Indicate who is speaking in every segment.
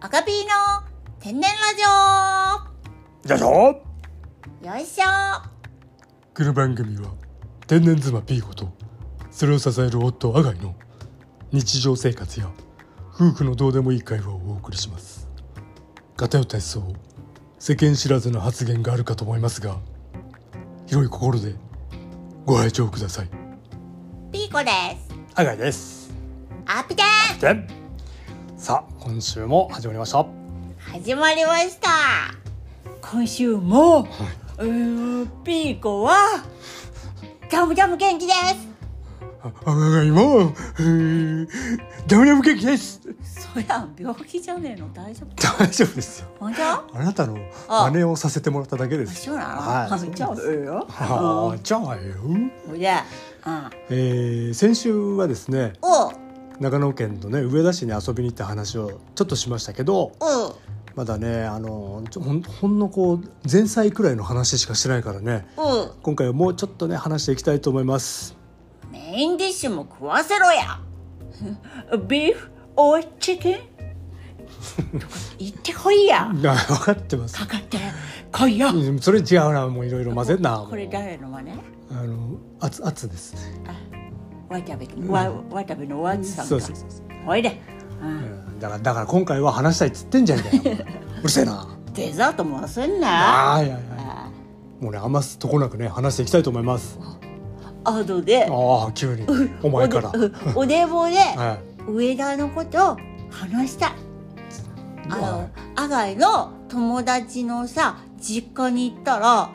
Speaker 1: 赤ピーの天然ラ
Speaker 2: じゃじゃー
Speaker 1: ジオよいしょ
Speaker 2: この番組は天然妻ピーコとそれを支える夫アガイの日常生活や夫婦のどうでもいい会話をお送りします偏った思想世間知らずな発言があるかと思いますが広い心でご拝聴ください
Speaker 1: ピーコです
Speaker 2: アガイです
Speaker 1: アッピで
Speaker 2: でさあ今週も始まりました
Speaker 1: す始まりました今週も、うーんピーコはジャムジャム元気で
Speaker 2: アガイも ダムダムケーキです
Speaker 1: すそりゃ病気じゃねえの大丈夫
Speaker 2: 大丈夫ですよ
Speaker 1: 本当
Speaker 2: あなたの
Speaker 1: あ
Speaker 2: 真似をさせてもらっただけです
Speaker 1: そうなの、
Speaker 2: はい
Speaker 1: あじゃあそうよ
Speaker 2: ああじゃあよ、
Speaker 1: うんじゃあ
Speaker 2: えー、先週はですね
Speaker 1: うんおう
Speaker 2: 長野県のね上田市に遊びに行った話をちょっとしましたけど
Speaker 1: おう
Speaker 2: まだねあのちょほんほんのこう前菜くらいの話しかしてないからね
Speaker 1: おう
Speaker 2: 今回はもうちょっとね話していきたいと思います
Speaker 1: メインディッシュも食わせろ やビーフオーチキン 言ってこいや
Speaker 2: あ分かってます
Speaker 1: かかってこいよ
Speaker 2: うんそれ違うなもういろいろ混ぜんなもう
Speaker 1: これ誰の真似
Speaker 2: あのあつあつです
Speaker 1: 渡部わ渡部のワンさん
Speaker 2: そう
Speaker 1: か
Speaker 2: そうそうそう
Speaker 1: おいで、うん
Speaker 2: うんだからだから今回は話したいっつってんじゃんかようるせえな
Speaker 1: デザートも忘れんな
Speaker 2: あーいやいやいや
Speaker 1: あ
Speaker 2: もうね余すとこなくね話していきたいと思います
Speaker 1: あとで
Speaker 2: ああ急にお前から
Speaker 1: おでお寝坊で
Speaker 2: は
Speaker 1: 上田のことを話したい
Speaker 2: い
Speaker 1: あ
Speaker 2: は
Speaker 1: の阿外の友達のさ実家に行ったら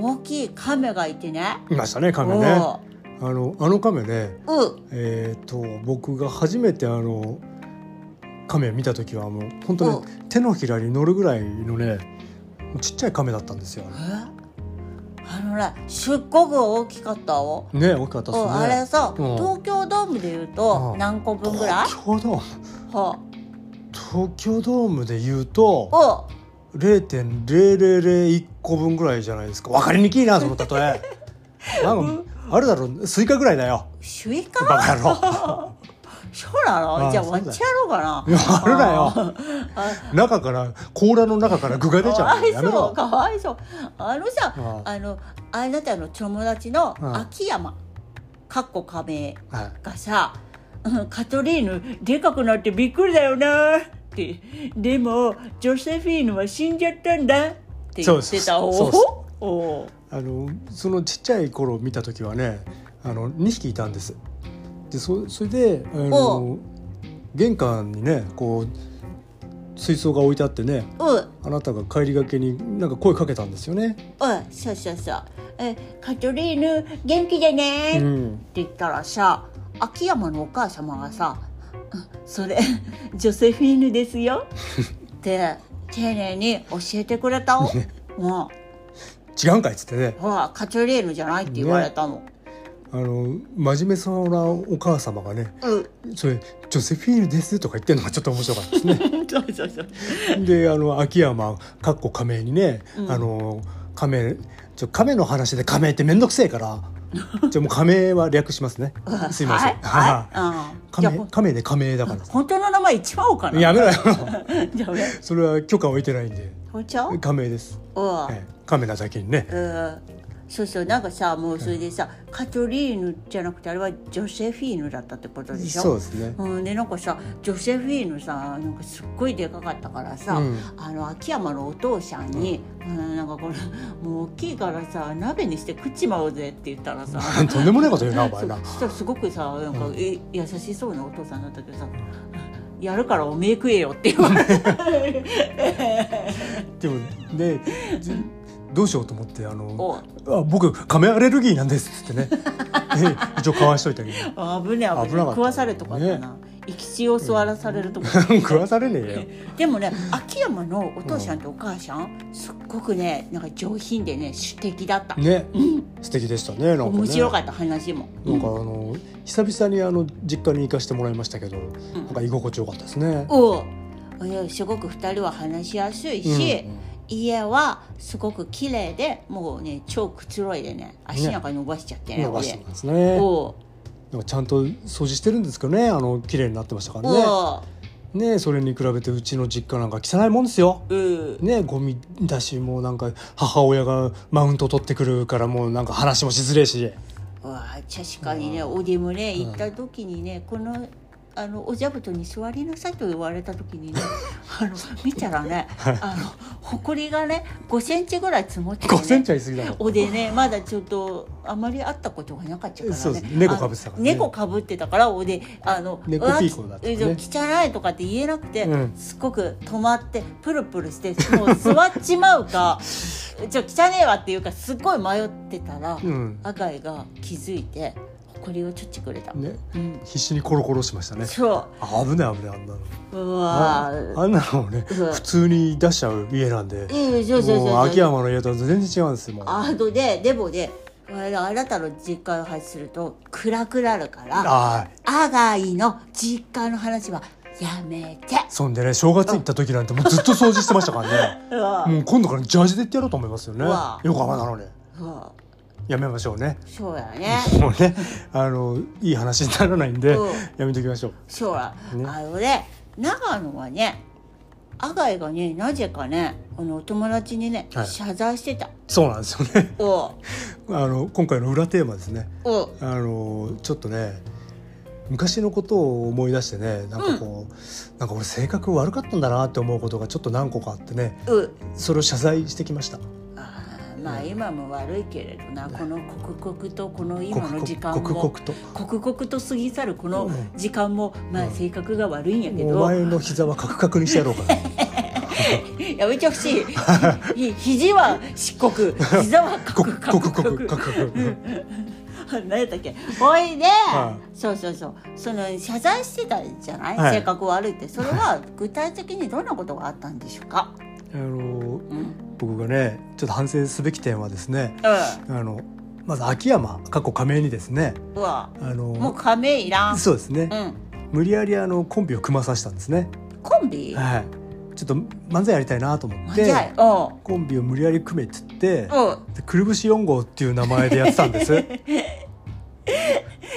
Speaker 1: 大きい亀がいてね
Speaker 2: いいましたねカメねあ
Speaker 1: お
Speaker 2: のあのカメね
Speaker 1: ううん
Speaker 2: えっ、と僕が初めてあのカメ見た時はもう本当に手のひらに乗るぐらいのねちっちゃいカメだったんですよ
Speaker 1: えあのねすっごく大きかったよ
Speaker 2: ね大きかったです
Speaker 1: う
Speaker 2: ね
Speaker 1: んあれさ
Speaker 2: うん
Speaker 1: 東京ドームでいう
Speaker 2: う
Speaker 1: と
Speaker 2: ん
Speaker 1: 何個分ぐらい
Speaker 2: 東京ドーム
Speaker 1: は
Speaker 2: 東京ドームで言うと
Speaker 1: お
Speaker 2: 0.0001個分ぐらいじゃないですか分かりにくいなその例 えなんかあるだろうスイカぐらいだよ
Speaker 1: スイ
Speaker 2: バ
Speaker 1: カ
Speaker 2: カ野郎
Speaker 1: そうな
Speaker 2: あ
Speaker 1: のじゃあ
Speaker 2: そうだ
Speaker 1: 割
Speaker 2: よ
Speaker 1: っちゃろうかな
Speaker 2: やるなよ
Speaker 1: あ
Speaker 2: 中から甲羅の中から具が出ち
Speaker 1: か
Speaker 2: ゃう
Speaker 1: わ
Speaker 2: の
Speaker 1: い
Speaker 2: やめ
Speaker 1: そ
Speaker 2: ろ
Speaker 1: うかわいそうあのさ
Speaker 2: ああ
Speaker 1: あのあなたの友達の
Speaker 2: うん
Speaker 1: 秋山かっこ亀
Speaker 2: はい
Speaker 1: がさ、うん、カトリーヌでかくなってびっくりだよなってでもジョセフィーヌは死んじゃったんだって言ってた
Speaker 2: そう
Speaker 1: お
Speaker 2: そうそう
Speaker 1: おお
Speaker 2: あのそのちっちゃい頃見た時はねあの2匹いたんですでそそれであ
Speaker 1: お
Speaker 2: の玄関にねこう水槽が置いてあってね
Speaker 1: うん
Speaker 2: あなたが帰りがけになんか声かけたんですよね、
Speaker 1: うんそうそうそうえカトリーヌ元気でね
Speaker 2: う
Speaker 1: って
Speaker 2: ん、
Speaker 1: 言ったらさ秋山のお母様がさうん「それ ジョセフィーヌですよ」 って丁寧に教えてくれたお、うん
Speaker 2: 違うんかいっつってね
Speaker 1: ほらカトリーヌじゃないって言われたの、
Speaker 2: あの真面目そうなお母様がね
Speaker 1: うん
Speaker 2: 「それジョセフィーヌです」とか言ってるのがちょっと面白かったですね
Speaker 1: そうそうそう。
Speaker 2: であの秋山かっこ亀井にね、
Speaker 1: うん
Speaker 2: あの亀ちょ亀の話で亀井って面倒くせえから じゃあもう亀井は略しますね すいません、
Speaker 1: は
Speaker 2: は
Speaker 1: い。
Speaker 2: い
Speaker 1: はい。うん。じゃ
Speaker 2: 亀亀で亀井だか
Speaker 1: 本当の名前言っちまおうからな。
Speaker 2: やめろよ
Speaker 1: じゃあ俺、
Speaker 2: それは許可を得てないんで
Speaker 1: ほちゃう
Speaker 2: 亀井です、
Speaker 1: ん。
Speaker 2: ええ亀なだけにね
Speaker 1: うん。そうそう、なんかさ、もうそれでさ、カトリーヌじゃなくて、あれはジョセフィーヌだったってことでしょ
Speaker 2: そうですね
Speaker 1: うん、でなんかさジョセフィーヌさなんかすっごいでかかったからさ、
Speaker 2: うん
Speaker 1: あの秋山のお父さんに「うん、なんかこれもう大きいからさ鍋にして食っちまおうぜ」って言ったらさ
Speaker 2: とんでもないこと言うなお前な
Speaker 1: そうそしたらすごくさなんか、え優しそうなお父さんだったけどさ「やるからおめえ食えよ」って言われて
Speaker 2: でもでじどうしようと思ってあの
Speaker 1: お
Speaker 2: あ僕亀アレルギーなんですっ つってねええ一応かわしといたけど
Speaker 1: 危ねえ危ねえ
Speaker 2: 危なかった
Speaker 1: 食わされとかあったな、生き血を吸わされるとか、
Speaker 2: 食わされねえよ
Speaker 1: でもね秋山のお父さんとお母さん、すっごくねなんか上品でね主敵だった、
Speaker 2: ね、素敵でしたねなんかね
Speaker 1: 面白かった話も、
Speaker 2: なんかあの久々にあの実家に行かしてもらいましたけど、なんか居心地よかったですね。
Speaker 1: うんうんすごく2人は話しやすいし、
Speaker 2: うん
Speaker 1: 家はすごく綺麗でもうね超くつろいでね足なんか伸ばしちゃってね
Speaker 2: 伸ばして
Speaker 1: 俺
Speaker 2: ますね。
Speaker 1: おう
Speaker 2: なんかちゃんと掃除してるんですけどね、あの綺麗になってましたからね。
Speaker 1: おう
Speaker 2: ねえそれに比べてうちの実家なんか汚いもんですよ
Speaker 1: うん
Speaker 2: ねえゴミだしもうなんか母親がマウント取ってくるからもうなんか話もしづれえし
Speaker 1: うわあ確かにねおでもね行った時にねこのあのお座布団に座りなさいと言われた時 にねあの見たらねあのほこりがね5センチぐらい積もってて、ね、
Speaker 2: 5センチは言い過ぎだろ
Speaker 1: おでねまだちょっとあまり会ったことがなかったからね
Speaker 2: そうです猫かぶってたからね
Speaker 1: あ猫かぶってたからおであの
Speaker 2: 猫
Speaker 1: うわ
Speaker 2: ピーコだったからね
Speaker 1: 汚いとかって言えなくて、
Speaker 2: うん
Speaker 1: すっごく止まってプルプルしてもう座っちまうか ちょ汚ねえわっていうかすっごい迷ってたら、
Speaker 2: うん
Speaker 1: 赤井が気づいてこれを取ってくれた、
Speaker 2: ね
Speaker 1: うん、
Speaker 2: 必死にコロコロしましたね
Speaker 1: そ
Speaker 2: 危ない危ないあんなの
Speaker 1: ううわ
Speaker 2: あ
Speaker 1: ー
Speaker 2: あんなのをね
Speaker 1: うん
Speaker 2: 普通に出しちゃう家なんで
Speaker 1: いいよそうそう
Speaker 2: もう
Speaker 1: そうそ
Speaker 2: 秋
Speaker 1: う
Speaker 2: 山の家とは全然違うんですよもう
Speaker 1: あとででもねあなたの実家の話すると暗くなるから
Speaker 2: あー
Speaker 1: あがいの実家の話はやめて
Speaker 2: そんでね正月行った時なんてもうずっと掃除してましたからね
Speaker 1: うわ
Speaker 2: もう今度からジャージで行ってやろうと思いますよね
Speaker 1: うわ
Speaker 2: 横浜なのに
Speaker 1: うわ
Speaker 2: やめましょうね
Speaker 1: そうやね
Speaker 2: もうねあのいい話にならないんで
Speaker 1: うん
Speaker 2: やめときましょう
Speaker 1: そうや、
Speaker 2: ね
Speaker 1: あのね長野はねあがいがねなぜかねあのお友達にね、
Speaker 2: はい
Speaker 1: 謝罪してた
Speaker 2: そうなんですよね
Speaker 1: おう
Speaker 2: あの今回の裏テーマですね
Speaker 1: おう
Speaker 2: あのちょっとね昔のことを思い出してねなんかこう、なんか俺性格悪かったんだなって思うことがちょっと何個かあってね
Speaker 1: う
Speaker 2: それを謝罪してきました
Speaker 1: あーまあ今も悪いけれどなこの刻々とこの今
Speaker 2: 刻
Speaker 1: の
Speaker 2: 々
Speaker 1: 時間
Speaker 2: 刻々
Speaker 1: も
Speaker 2: と
Speaker 1: 刻々と過ぎ去るこ
Speaker 2: う
Speaker 1: の
Speaker 2: ん
Speaker 1: 時間もまあ性格が悪いんやけ
Speaker 2: お
Speaker 1: ど
Speaker 2: 前の膝はカクカクにしてやろうかな
Speaker 1: やめてほしい ひ肘は漆黒 膝はカ
Speaker 2: 刻
Speaker 1: ク
Speaker 2: 々
Speaker 1: カク
Speaker 2: 刻
Speaker 1: カ
Speaker 2: 々カク
Speaker 1: ク
Speaker 2: カク
Speaker 1: 何やったっけおいで
Speaker 2: は
Speaker 1: そうそうそうその謝罪してたじゃない
Speaker 2: はい
Speaker 1: 性格悪いってそれ は具体的にどんなことがあったんでしょうか
Speaker 2: あの
Speaker 1: うんうん
Speaker 2: 僕がねちょっと反省すべき点はですねあのまず秋山過去仮名にですね
Speaker 1: うわ
Speaker 2: あ
Speaker 1: もう
Speaker 2: の
Speaker 1: 亀いらん
Speaker 2: そうですね
Speaker 1: うん
Speaker 2: 無理やりあのコンビを組まさせたんですね
Speaker 1: コンビ
Speaker 2: はいちょっと漫才やりたいなと思っ
Speaker 1: 漫
Speaker 2: て
Speaker 1: 才う
Speaker 2: コンビを無理やり組めっつって
Speaker 1: んうん
Speaker 2: でくるぶし4号っていう名前でやってたんです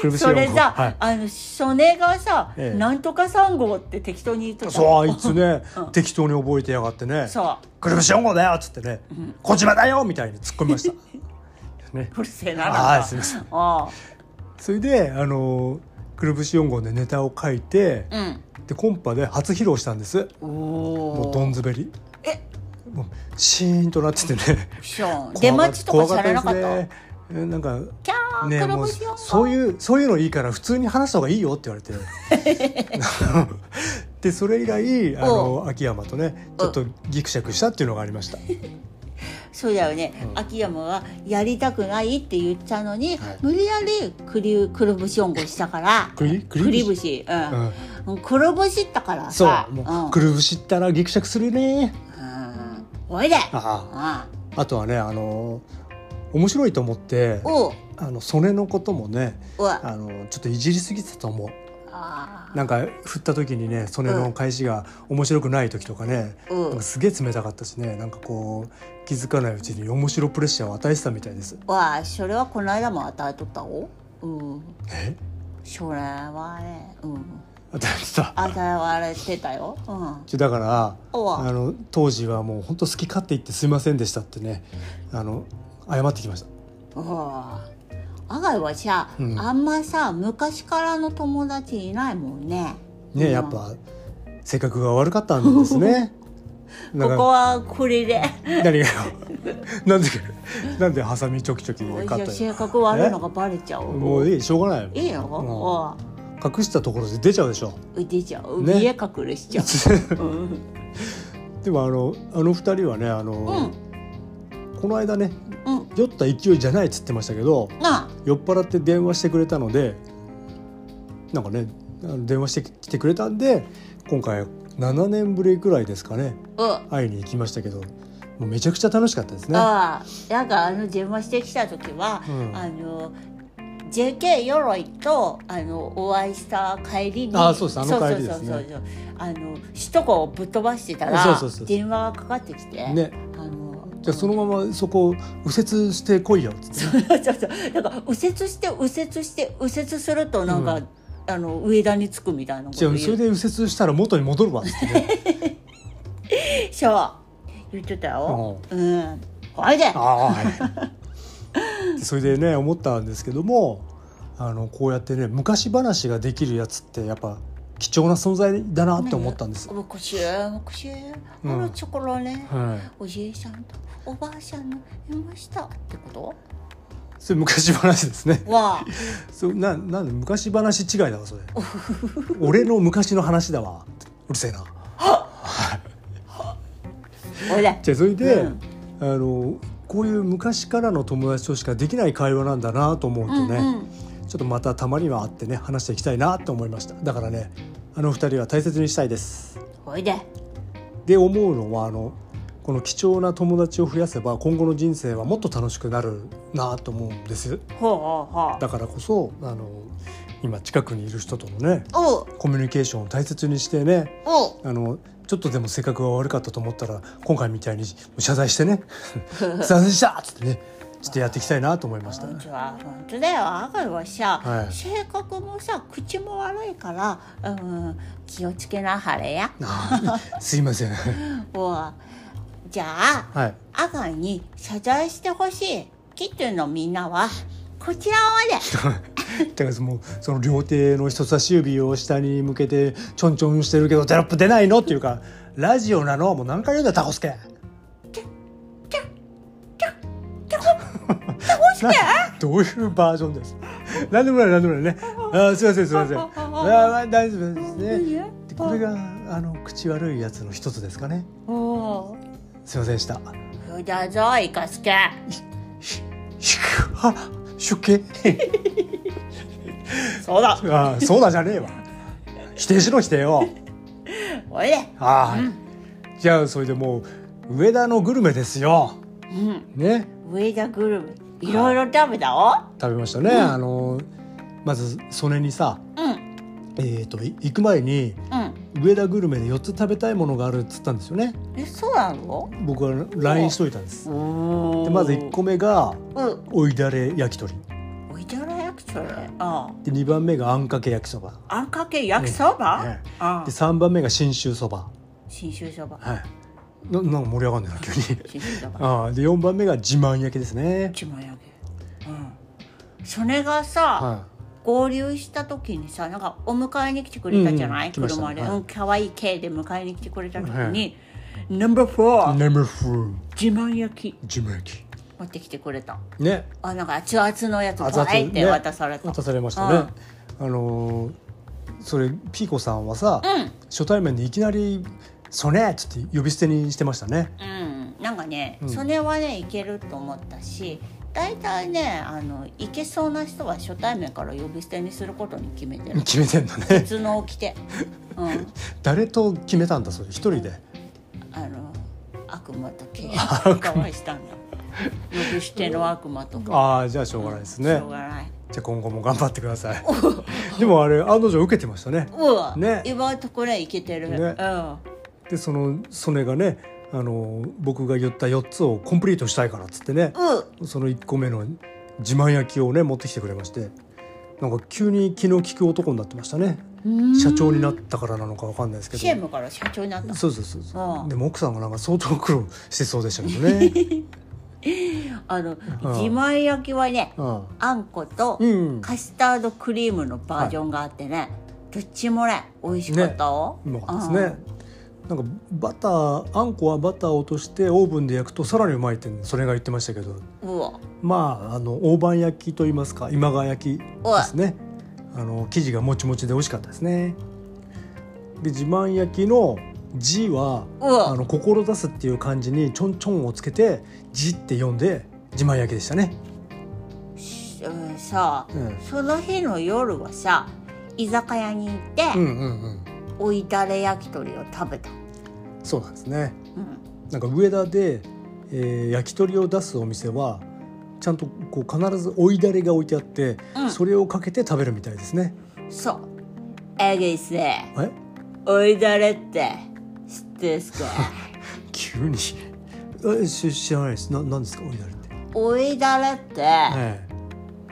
Speaker 2: くるぶし
Speaker 1: それ
Speaker 2: 4号
Speaker 1: さ、
Speaker 2: はい
Speaker 1: あの曽根がさ、
Speaker 2: ええ
Speaker 1: なんとか三号って適当に言っとった
Speaker 2: そうあいつね、
Speaker 1: うん
Speaker 2: 適当に覚えてやがってね
Speaker 1: そ
Speaker 2: 「くるぶし4号だよ」っつってね
Speaker 1: う、うん
Speaker 2: 「小島だよ」みたいに突っ込みま したね
Speaker 1: うるせえななんか
Speaker 2: はいすいません
Speaker 1: あ
Speaker 2: それであのくるぶし4号でネタを書いて
Speaker 1: あ
Speaker 2: でコンパで初披露したんです
Speaker 1: うんお
Speaker 2: もう
Speaker 1: お
Speaker 2: どんずべり
Speaker 1: え
Speaker 2: もうシーンとなっててね
Speaker 1: そう 出待ちとかされなかった
Speaker 2: 怖ったですねえなんか
Speaker 1: キャー、
Speaker 2: ね
Speaker 1: 黒
Speaker 2: もう
Speaker 1: 星四号
Speaker 2: そういうそういうのいいから普通に話した方がいいよって言われて でそれ以来あの秋山とねちょっとギクシャクしたっていうのがありました
Speaker 1: そうだよね、
Speaker 2: うん
Speaker 1: 秋山がやりたくないって言ったのに、
Speaker 2: はい
Speaker 1: 無理やりくり黒星音号したから
Speaker 2: くり
Speaker 1: くりぶしうん、うん、黒星ったから
Speaker 2: そう
Speaker 1: さ
Speaker 2: もうく
Speaker 1: ん
Speaker 2: るぶしったらギクシャクするね
Speaker 1: うん、おいで
Speaker 2: あ
Speaker 1: あ
Speaker 2: ああとはねあの面白いと思って
Speaker 1: おう
Speaker 2: あの曽根のこともね
Speaker 1: おうあ
Speaker 2: あのちょっといじりすぎてたと思う
Speaker 1: あ
Speaker 2: なんか振った時にね曽根の返しが面白くない時とかね、
Speaker 1: うん
Speaker 2: なんかすげえ冷たかったしねなんかこう気づかないうちに面白プレッシャーを与えてたみたいです
Speaker 1: わあそれはこの間も与えとったおうん
Speaker 2: え
Speaker 1: それはねうん
Speaker 2: 与えてた
Speaker 1: 与えられてたようん
Speaker 2: ちょだから
Speaker 1: おう
Speaker 2: あの当時はもう本当好き勝手言ってすいませんでしたってねあの謝ってきました
Speaker 1: ああがいはさ、
Speaker 2: うん
Speaker 1: あんまさ昔からの友達いないもんね
Speaker 2: ね、
Speaker 1: うん
Speaker 2: やっぱ性格が悪かったんです ね
Speaker 1: こ
Speaker 2: なんか
Speaker 1: こはこれで
Speaker 2: 何がよ なんでなんでハサミチョキチョキで
Speaker 1: い
Speaker 2: 買
Speaker 1: や
Speaker 2: った
Speaker 1: 性
Speaker 2: よ
Speaker 1: 格悪いのがバレちゃう
Speaker 2: もういいしょうがないよ
Speaker 1: いいよ、お
Speaker 2: 隠したところで出ちゃうでしょ
Speaker 1: う出ちゃう、
Speaker 2: ね
Speaker 1: 見え隠れしちゃう、 うん
Speaker 2: でもあのあの二人はねあ
Speaker 1: う
Speaker 2: の
Speaker 1: ん、
Speaker 2: この間ね
Speaker 1: うん
Speaker 2: 酔った勢いじゃないっつってましたけど
Speaker 1: なあ
Speaker 2: 酔っ払って電話してくれたのでなんかねあの電話してきてくれたんで今回7年ぶりくらいですかね
Speaker 1: うん
Speaker 2: 会いに行きましたけどもうめちゃくちゃ楽しかったですね。
Speaker 1: ああなんかあの電話してきた時は、
Speaker 2: うん
Speaker 1: あの JK 鎧とあのお会いした帰りに
Speaker 2: あそうですあの帰り
Speaker 1: そうそうそう
Speaker 2: です
Speaker 1: そうあの首都高をぶっ飛ばしてたら
Speaker 2: そうそうそう
Speaker 1: 電話がかかってきて、
Speaker 2: ね、
Speaker 1: あの
Speaker 2: じゃあそのままそこを右 折してこいよっつってね
Speaker 1: そうそうそうなんか右折して右折して右折するとなんか、
Speaker 2: うん
Speaker 1: あの上田につくみたいなこと
Speaker 2: じゃ
Speaker 1: 言
Speaker 2: あ
Speaker 1: う
Speaker 2: それで右折したら元に戻るわっつって ね
Speaker 1: そう言ってたようんおいで
Speaker 2: ああはいそれでね思ったんですけどもあのこうやってね昔話ができるやつってやっぱ貴重な存在だなって思ったんです、
Speaker 1: 昔昔あ
Speaker 2: うん
Speaker 1: のところね、
Speaker 2: はい、
Speaker 1: おじいさんとおばあさんのいましたってこと
Speaker 2: それ昔話ですね
Speaker 1: わあ
Speaker 2: そうななんで昔話違いだわ それ俺の昔の話だわうるせえな
Speaker 1: おいで
Speaker 2: じゃあそれで、
Speaker 1: うん
Speaker 2: あのこういう昔からの友達としかできない会話なんだなと思うとね、
Speaker 1: うんうん
Speaker 2: ちょっとまたたまには会ってね話していきたいなと思いましただからねあの二人は大切にしたいです
Speaker 1: おいで
Speaker 2: で思うのはあのこの貴重な友達を増やせば今後の人生はもっと楽しくなるなと思うんです
Speaker 1: ほうほうほう
Speaker 2: だからこそあの今近くにいる人とのね
Speaker 1: おう
Speaker 2: コミュニケーションを大切にしてね
Speaker 1: おう
Speaker 2: あのちょっとでも性格が悪かったと思ったら今回みたいに謝罪してね謝罪したっつってねちょっとやっていきたいなと思い ました、
Speaker 1: 本当は本当だよ赤いはさ、
Speaker 2: はい
Speaker 1: 性格もさ口も悪いから、うん、気をつけなはれや
Speaker 2: あーすいません
Speaker 1: おうじゃあ
Speaker 2: はい
Speaker 1: 赤に謝罪してほしいキットゥのみんなはこちらまで
Speaker 2: だからもうその両手の人差し指を下に向けてちょんちょんしてるけどテロップ出ないのっていうかラジオなのもう何回言うんだよタコスケどういうバージョンです何でもない何でもないねあーすいませんすいませんあー大丈夫ですねでこれがあの口悪いやつの一つですかね
Speaker 1: おう
Speaker 2: すいませんでした
Speaker 1: そうだぞイカスケ
Speaker 2: あ出家
Speaker 1: そうだ
Speaker 2: あーそうだじゃねえわ否定しろ否定を
Speaker 1: おいで
Speaker 2: あー、じゃあそれでもう上田のグルメですよ
Speaker 1: うん
Speaker 2: ね
Speaker 1: 上田グルメいろいろ食べたお
Speaker 2: 食べましたね、あのまず曽根にさ
Speaker 1: うん
Speaker 2: えー、とい行く前に
Speaker 1: うん
Speaker 2: 上田グルメで4つ食べたいものがあるっつったんですよね
Speaker 1: えそうなの
Speaker 2: 僕は LINE しといたんです
Speaker 1: お
Speaker 2: でまず1個目が
Speaker 1: うん
Speaker 2: おいだれ焼き鳥
Speaker 1: おいでらやくそれ。あ
Speaker 2: で2番目があんかけ焼きそば
Speaker 1: あ、あんかけ焼きそば。
Speaker 2: ね
Speaker 1: あ
Speaker 2: で3番目が信州そば
Speaker 1: あ、信州そば。
Speaker 2: はいななんか盛り上がんねえな 急に
Speaker 1: 信州そば。
Speaker 2: ああで4番目が自慢焼きですね
Speaker 1: 一枚焼け。うん。それがさ、
Speaker 2: は
Speaker 1: 合流した時にさ、なんかお迎えに来てくれたじゃない。
Speaker 2: うん来ましたね
Speaker 1: 車で、
Speaker 2: はい
Speaker 1: うん、可愛い系で迎えに来てくれた時
Speaker 2: は
Speaker 1: に。ナンバーフォー、
Speaker 2: いネムフー
Speaker 1: 自慢焼き
Speaker 2: 自慢焼
Speaker 1: 持ってきてくれた。
Speaker 2: きね
Speaker 1: あ、なんか熱々のやつ、
Speaker 2: 熱々
Speaker 1: バイって
Speaker 2: ね
Speaker 1: 渡された。
Speaker 2: 渡されましたねあのーそれピーコさんはさ、
Speaker 1: うん。
Speaker 2: 初対面でいきなり「ソネ!」っつって呼び捨てにしてましたね
Speaker 1: うん、なんかね、
Speaker 2: うん
Speaker 1: それはねいけると思ったし大体ねあのいけそうな人は初対面から呼び捨てにすることに決めて る
Speaker 2: 決めてんだね
Speaker 1: 別のを着て、うん、
Speaker 2: 誰と決めたんだそれ一人で
Speaker 1: あの悪魔と 契約交わしたんだ呼び捨ての悪魔とか
Speaker 2: ああじゃあしょうがないですね、
Speaker 1: しょうがない
Speaker 2: じゃあ今後も頑張ってください でもあれ案の定受けてましたね
Speaker 1: うわ、
Speaker 2: ね
Speaker 1: 今のところはいけてる、
Speaker 2: ね
Speaker 1: うん、
Speaker 2: でその曽根がねあの僕が言った4つをコンプリートしたいからっつってね
Speaker 1: うん
Speaker 2: その1個目の自慢焼きをね持ってきてくれましてなんか急に気の利く男になってましたね社長になったからなのかわかんないですけど
Speaker 1: CM から社長になった
Speaker 2: そうそうそうそううんでも奥さんがなんか相当苦労してそうでしたけど ね、
Speaker 1: あの、自慢焼きはね
Speaker 2: うん
Speaker 1: あんこと、
Speaker 2: うん
Speaker 1: カスタードクリームのバージョンがあってね、どっちもね美味しかったよ、
Speaker 2: うまかったですねなんかバターあんこはバターを落としてオーブンで焼くとさらにうまいってそれが言ってましたけど
Speaker 1: うんうわ
Speaker 2: まああの大判焼きと言いますか今川焼きですねあの生地がもちもちで美味しかったですねで自慢焼きの「字は
Speaker 1: うわ
Speaker 2: あの志すっていう漢字にちょんちょんをつけて「字って読んで自慢焼きでしたね、
Speaker 1: うんさあ、
Speaker 2: うん
Speaker 1: その日の夜はさ居酒屋に行って、
Speaker 2: うんうんうん
Speaker 1: おいだれ焼き鳥を食べた、
Speaker 2: そうなんですね
Speaker 1: うん、
Speaker 2: なんか上田で、えー焼き鳥を出すお店はちゃんとこう必ず追いだれが置いてあって、
Speaker 1: うん
Speaker 2: それをかけて食べるみたいですね
Speaker 1: そうエギス
Speaker 2: え
Speaker 1: おいだれって知ってんす か
Speaker 2: 急にえし知らないですななんですか追いだれって、
Speaker 1: おいだれって、
Speaker 2: え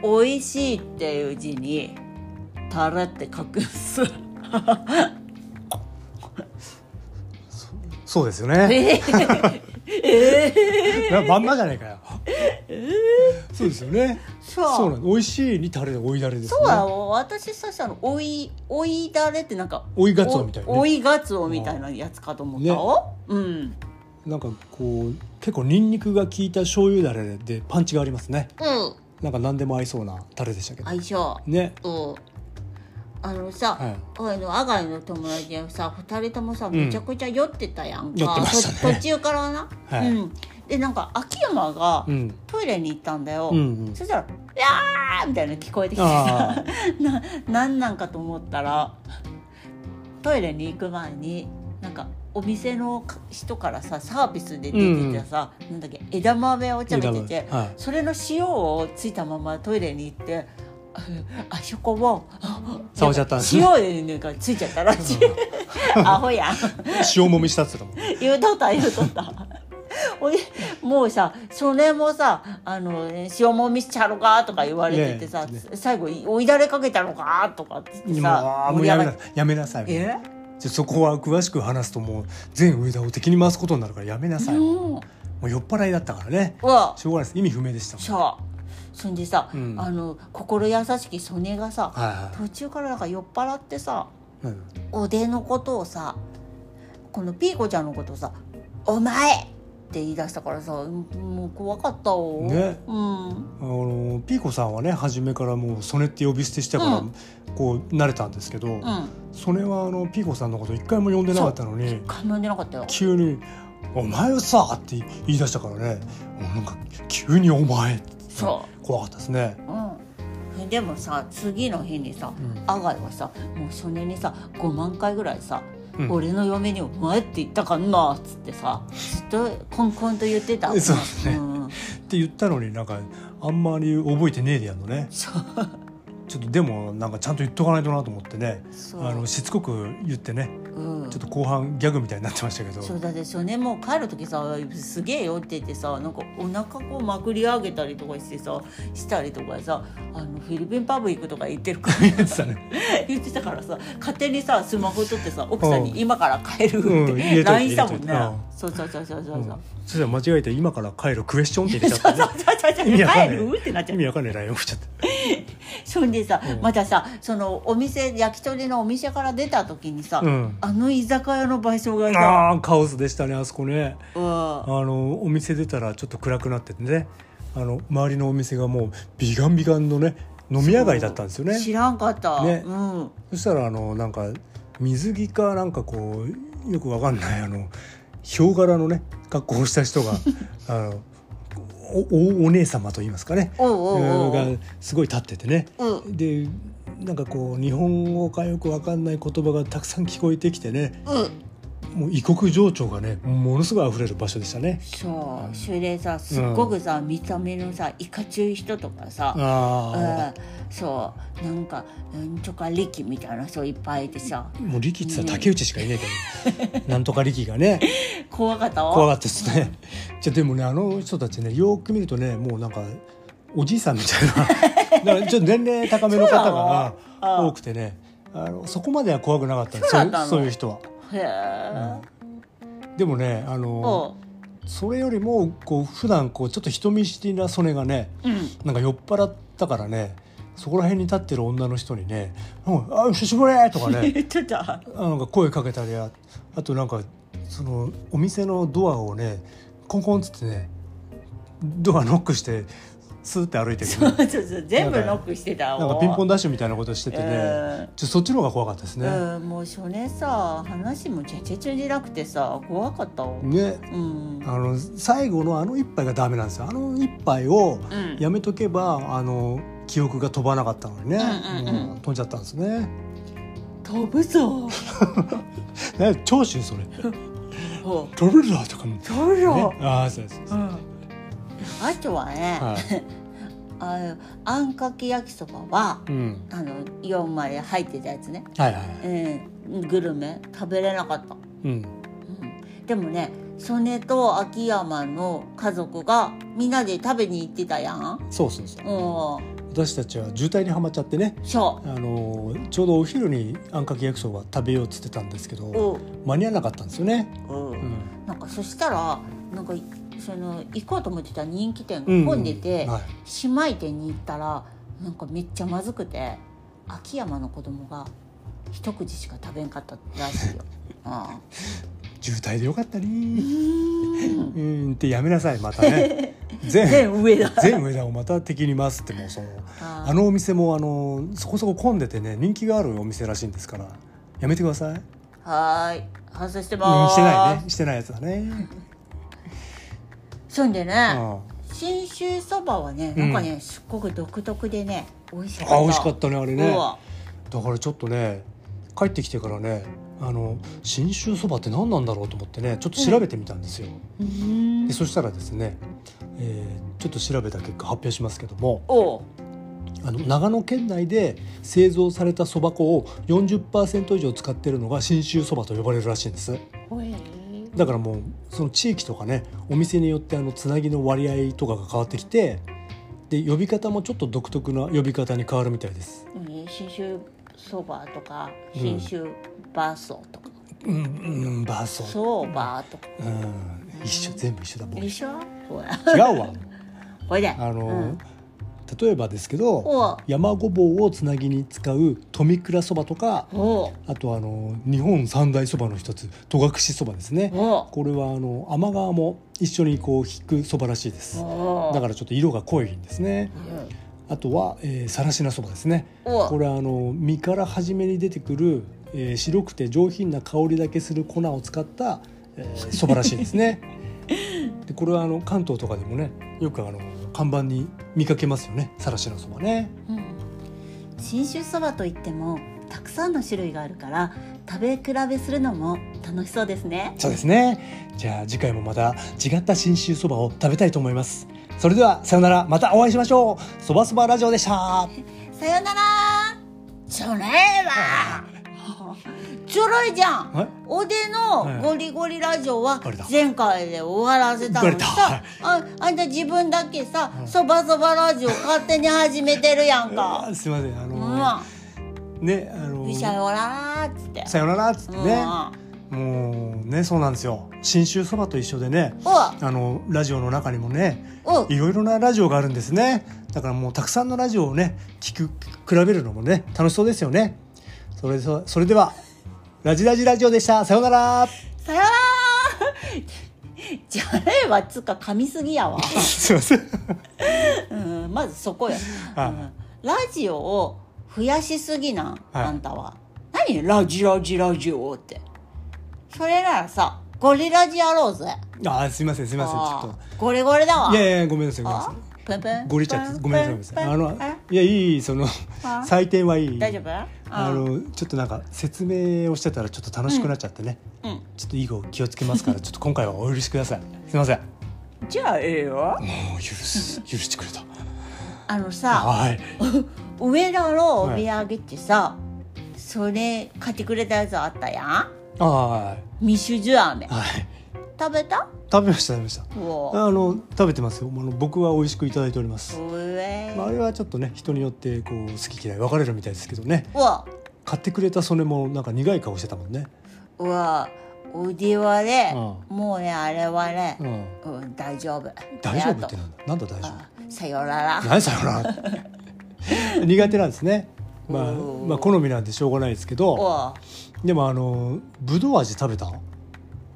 Speaker 1: 美味しいっていう字にタラって書くん す。
Speaker 2: そうですよね
Speaker 1: えー、えー、
Speaker 2: なまんまじゃないかよそうですよね
Speaker 1: そう
Speaker 2: そうなん美味しいにタレで追いだれです
Speaker 1: そう
Speaker 2: ね
Speaker 1: だよ私さしたの追い追いだれってなんか
Speaker 2: 追いガツオみたいなね
Speaker 1: 追いガツオみたいなやつかと思ったよ、うん
Speaker 2: なんかこう結構ニンニクが効いた醤油だれでパンチがありますね
Speaker 1: うん
Speaker 2: なんか何でも合いそうなタレでしたけど
Speaker 1: 相性
Speaker 2: ね
Speaker 1: うんあのさ、
Speaker 2: はい
Speaker 1: あの阿賀の友達でさ二人ともさめちゃくちゃ酔ってたやん
Speaker 2: 酔っ
Speaker 1: か、
Speaker 2: てましたね
Speaker 1: と途中からな、
Speaker 2: はい
Speaker 1: うん、でなんか秋山が
Speaker 2: うん
Speaker 1: トイレに行ったんだよ、
Speaker 2: うんうん
Speaker 1: そしたら「いやー!」みたいなの聞こえてきて
Speaker 2: あ
Speaker 1: さ ななんなんかと思ったらトイレに行く前になんかお店の人からさサービスで出てきたさ、なんだっけ枝豆をちゃめてて、
Speaker 2: 枝豆はい
Speaker 1: それの塩をついたままトイレに行って ああそこもあ
Speaker 2: 触っちゃったんですね
Speaker 1: 塩でなんかついちゃったらしい アホやん
Speaker 2: 塩もみしたっつってたもん
Speaker 1: 言うとった言うとった ほいでもうさそれもさ「あの塩もみしちゃろか?」とか言われててさ、
Speaker 2: ね
Speaker 1: 最後「追いだれかけたのか?」とかっつってさ
Speaker 2: もうもうやめな
Speaker 1: て
Speaker 2: やめなさい
Speaker 1: え
Speaker 2: じゃそこは詳しく話すともう全上田を敵に回すことになるからやめなさい、も
Speaker 1: うん
Speaker 2: う酔っ払いだったからね
Speaker 1: うわ
Speaker 2: しょうがないです意味不明でしたもん
Speaker 1: さあそんでさ、
Speaker 2: うん
Speaker 1: あの心優しき曽根がさ、
Speaker 2: はいは
Speaker 1: 途中からなんか酔っ払ってさ
Speaker 2: い、うん
Speaker 1: おでのことをさこのピーコちゃんのことをさ「お前!」って言い出したからさもう怖かったわ
Speaker 2: ね
Speaker 1: うん
Speaker 2: あのピーコさんはね初めからもう曽根って呼び捨てしてから、
Speaker 1: うん
Speaker 2: こう慣れたんですけど、
Speaker 1: うん
Speaker 2: 曽根はあのピーコさんのこと一回も呼んでなかったのに
Speaker 1: 噛んでなかったよ
Speaker 2: 急に「お前さ」って言い出したからねもうなんか急に「お前」って
Speaker 1: そ
Speaker 2: 怖かったですね。
Speaker 1: う、うん、でもさ次の日にさ
Speaker 2: うん
Speaker 1: 阿賀はさもう初年にさ5万回ぐらいさ「
Speaker 2: うん
Speaker 1: 俺の嫁にお前って言ったかんな」っつってさずっとコンコンと言ってた
Speaker 2: そうですね
Speaker 1: うん、
Speaker 2: って言ったのになんかあんまり覚えてねえでやんのね
Speaker 1: そう
Speaker 2: ちょっとでもなんかちゃんと言っとかないとなと思ってね
Speaker 1: そう
Speaker 2: あのしつこく言ってね
Speaker 1: うん
Speaker 2: ちょっと後半ギャグみたいになってましたけど
Speaker 1: そうだでしょうねもう帰る時さすげえ酔っててさなんかお腹こうまくり上げたりとかしてさしたりとかさあのフィリピンパブ行くとか言ってるから
Speaker 2: 言ってたね
Speaker 1: 言ってたからさ勝手にさスマホ取ってさ奥さんに「今から帰る」
Speaker 2: うん
Speaker 1: っ
Speaker 2: 入れと
Speaker 1: て
Speaker 2: いて
Speaker 1: LINE したもん
Speaker 2: 入
Speaker 1: ね
Speaker 2: れといて
Speaker 1: そうそうそうそうそううんそう
Speaker 2: そしたら間違えて「今から帰るクエスチョン」って言っちゃ
Speaker 1: そ
Speaker 2: っ
Speaker 1: う そ
Speaker 2: た
Speaker 1: うそうそう
Speaker 2: 意味わか
Speaker 1: 帰
Speaker 2: ん ない
Speaker 1: るってなっち
Speaker 2: 意
Speaker 1: ゃう
Speaker 2: 味わかんない LINE 送っちゃって
Speaker 1: そんでさ、
Speaker 2: うん
Speaker 1: またさそのお店焼き鳥のお店から出た時にさ、
Speaker 2: うん
Speaker 1: あの居酒屋の賠償がさ
Speaker 2: ああカオスでしたねあそこね
Speaker 1: うわ
Speaker 2: あのお店出たらちょっと暗くなっててねあの周りのお店がもうビガンビガンのね飲み屋街だったんですよね
Speaker 1: 知らんかった、
Speaker 2: ね
Speaker 1: うん
Speaker 2: そしたらあのなんか水着かなんかこうよくわかんないあのヒョウ柄のね格好をし た人があのおおお姉様と言いますかね
Speaker 1: おうおうおうおう
Speaker 2: がすごい立っててね
Speaker 1: うん
Speaker 2: でなんかこう日本語かよくわかんない言葉がたくさん聞こえてきてね
Speaker 1: うん
Speaker 2: もう異国情緒がねものすごい溢れる場所でしたね。
Speaker 1: そうそれでさすっごくさ、見た目のさいかちゅい人とかさ、
Speaker 2: あ
Speaker 1: うんそうなんかなんとか力みたいな人いっぱいいてさ
Speaker 2: あもう力って言ったら竹内しかいないけ ど、なんとか力がね
Speaker 1: 怖かったわ
Speaker 2: 怖かったですね。じゃあでもねあの人たちねよーく見るとねもうなんかおじいさんみたい ななんかちょっと年齢高めの方が
Speaker 1: そうなの
Speaker 2: 多くてねあのそこまでは怖くなかったんです
Speaker 1: そう
Speaker 2: そ
Speaker 1: だっ
Speaker 2: う
Speaker 1: たの
Speaker 2: そういう人は。
Speaker 1: へえ、
Speaker 2: でもねあ
Speaker 1: お
Speaker 2: の
Speaker 1: う
Speaker 2: それよりもこう普段こうちょっと人見知りな曽根がね
Speaker 1: うん
Speaker 2: なんか酔っ払ったからねそこら辺に立ってる女の人にね「うんあ久しぶり!」とか ね
Speaker 1: 言ってた
Speaker 2: あなんか声かけたりああとなんかそのお店のドアをねコンコンっつってねドアノックしてスーって歩いて る、
Speaker 1: そうそうそう全部ノックしてたわ
Speaker 2: なんかピンポンダッシュみたいなことしててね、
Speaker 1: え
Speaker 2: ちょそっちの方が怖かったですね。
Speaker 1: うん、もう初年さ話もちゃちゃちゃじゃなくてさ怖かったわ
Speaker 2: ね
Speaker 1: うん
Speaker 2: あの最後のあの一杯がダメなんですよあの一杯を
Speaker 1: うん
Speaker 2: やめとけば、あの記憶が飛ばなかったのにね、
Speaker 1: うんうんうん
Speaker 2: も飛んじゃったんですね。
Speaker 1: 飛ぶ ぞ
Speaker 2: ね長州それ
Speaker 1: おう
Speaker 2: 飛べるなとかね
Speaker 1: 飛ぶぞ、
Speaker 2: ああそうです、
Speaker 1: うんあとはね、
Speaker 2: はい、
Speaker 1: あのあんかけ焼きそばは
Speaker 2: うん、
Speaker 1: あのイオンまで入ってたやつね、
Speaker 2: はいはいはい
Speaker 1: うん、グルメ食べれなかった、
Speaker 2: うん
Speaker 1: うん、でもね曽根と秋山の家族がみんなで食べに行ってたやん
Speaker 2: そうそうそう
Speaker 1: うん
Speaker 2: 食私たちは渋滞にはまっちゃってね
Speaker 1: そ
Speaker 2: あのちょうどお昼にあんかけ焼きそば食べようっつってたんですけ
Speaker 1: う
Speaker 2: ど
Speaker 1: お
Speaker 2: 間に合わなかったんですよね、
Speaker 1: お
Speaker 2: うん
Speaker 1: なんかそしたらなんかその行こうと思ってた人気店
Speaker 2: うん
Speaker 1: が混んでて、
Speaker 2: は
Speaker 1: 姉
Speaker 2: い、
Speaker 1: 妹店に行ったらなんかめっちゃまずくて秋山の子供が一口しか食べんかったらしい よ。あ
Speaker 2: 渋滞でよかった
Speaker 1: う
Speaker 2: ね
Speaker 1: ーん
Speaker 2: うんってやめなさいまた ね全
Speaker 1: 全上だ。
Speaker 2: 全上田をまた敵に回すってもうその
Speaker 1: あー
Speaker 2: あのお店もあのそこそこ混んでてね人気があるお店らしいんですからやめてください、うん、
Speaker 1: はーい反省してまーす。
Speaker 2: してないねしてないやつだね、
Speaker 1: そんで
Speaker 2: うん、
Speaker 1: ね、
Speaker 2: あ
Speaker 1: 信州そばはねなんかね、すっごく独特でね美味しかった。
Speaker 2: 美味しかったねあれね
Speaker 1: うわ
Speaker 2: だからちょっとね帰ってきてからねあの信州そばって何なんだろうと思ってねちょっと調べてみたんですよ、
Speaker 1: うーん
Speaker 2: でそしたらですね、えーちょっと調べた結果発表しますけども
Speaker 1: おう
Speaker 2: あの長野県内で製造されたそば粉を40%以上使ってるのが信州そばと呼ばれるらしいんです
Speaker 1: ほえ
Speaker 2: だからもうその地域とかねお店によってあのつなぎの割合とかが変わってきてで呼び方もちょっと独特な呼び方に変わるみたいです、
Speaker 1: うん信州そばとか
Speaker 2: うん
Speaker 1: 信州バーソーとか、
Speaker 2: うんうんバーソー
Speaker 1: ソーバーとか
Speaker 2: うん一緒全部一緒だもん違
Speaker 1: でしょほら
Speaker 2: う わ
Speaker 1: ほいで
Speaker 2: あの、
Speaker 1: うん
Speaker 2: 例えばですけど
Speaker 1: おう
Speaker 2: 山ごぼうをつなぎに使う富倉そばとか
Speaker 1: おう
Speaker 2: あとあの日本三大そばの一つ戸隠そばですね
Speaker 1: おう
Speaker 2: これはあの天川も一緒にこう引くそばらしいです
Speaker 1: おう
Speaker 2: だからちょっと色が濃いんですね
Speaker 1: うん
Speaker 2: あとは、えー、さらしなそばですね
Speaker 1: おう
Speaker 2: これはあの実から初めに出てくる、えー白くて上品な香りだけする粉を使った、えー、そばらしいで すねでこれはあの関東とかでもねよくあの看板に見かけますよねさらしなそばね
Speaker 1: うん信州そばといってもたくさんの種類があるから食べ比べするのも楽しそうですね
Speaker 2: そうですねじゃあ次回もまた違った信州そばを食べたいと思いますそれではさよならまたお会いしましょうそばそばラジオでした
Speaker 1: さよならちょれ はちょろいじゃん
Speaker 2: はい
Speaker 1: おでのゴリゴリラジオは
Speaker 2: バレた
Speaker 1: 前回で終わらせたのに
Speaker 2: バ
Speaker 1: さ
Speaker 2: レ
Speaker 1: ああんた自分だけさ
Speaker 2: うん
Speaker 1: そばそばラジオ勝手に始めてるやんか
Speaker 2: あすいませんあ
Speaker 1: う
Speaker 2: の、
Speaker 1: ん
Speaker 2: ねあの
Speaker 1: さよならっつって
Speaker 2: さよならっつ
Speaker 1: う
Speaker 2: って
Speaker 1: ん
Speaker 2: ね、もうねそうなんですよ信州そばと一緒でねあのラジオの中にもね
Speaker 1: おう
Speaker 2: いろいろなラジオがあるんですねだからもうたくさんのラジオをね聞く比べるのもね楽しそうですよねそれではそれではラジラジラジオでしたさようなら
Speaker 1: さよなら じゃれはつうか噛みすぎやわ、
Speaker 2: すいません
Speaker 1: うん、まずそこや、う
Speaker 2: はい
Speaker 1: ん、ラジオを増やしすぎなん、
Speaker 2: はい
Speaker 1: あんたは何ラジラジラジオってそれならさゴリラジやろうぜ
Speaker 2: あーすいませんすいません
Speaker 1: あ
Speaker 2: ちょっ
Speaker 1: ーゴリゴリだわ
Speaker 2: といやいやごめんなさいごめんなさ
Speaker 1: あ
Speaker 2: い
Speaker 1: プンプン
Speaker 2: ゴリちゃってごめんなさいごめんなさいあの
Speaker 1: あ
Speaker 2: いやいいその
Speaker 1: あ
Speaker 2: 採点はいい
Speaker 1: 大丈夫
Speaker 2: あのちょっとなんか説明をしてたらちょっと楽しくなっちゃってね、
Speaker 1: うんうん
Speaker 2: ちょっと以後気をつけます からちょっと今回はお許しくださいすいません
Speaker 1: じゃあええよ
Speaker 2: もう許 す許してくれた
Speaker 1: あのさ
Speaker 2: はい
Speaker 1: 上田のお土産ってさ、それ買ってくれたやつあったやん
Speaker 2: は
Speaker 1: ミシュジュ飴
Speaker 2: いはい
Speaker 1: 食べた
Speaker 2: 食べました食べました
Speaker 1: うお
Speaker 2: あの食べてますよあの僕は美味しくいただいております、
Speaker 1: うえ
Speaker 2: まあ、あれはちょっとね人によってこう好き嫌い分かれるみたいですけどね
Speaker 1: うわ
Speaker 2: 買ってくれたそれもなんか苦い顔してたもんね
Speaker 1: うわおではね、
Speaker 2: う
Speaker 1: もうねあれはね
Speaker 2: う、ん
Speaker 1: うん大丈夫
Speaker 2: 大丈夫
Speaker 1: や
Speaker 2: っ
Speaker 1: と
Speaker 2: てなんだなんだ大丈夫
Speaker 1: あさよなら
Speaker 2: 何さよなら 苦手なんですね、まあ、
Speaker 1: うん
Speaker 2: まあ好みなんでしょうがないですけ
Speaker 1: お
Speaker 2: ど
Speaker 1: お
Speaker 2: でもあのぶどう味食べた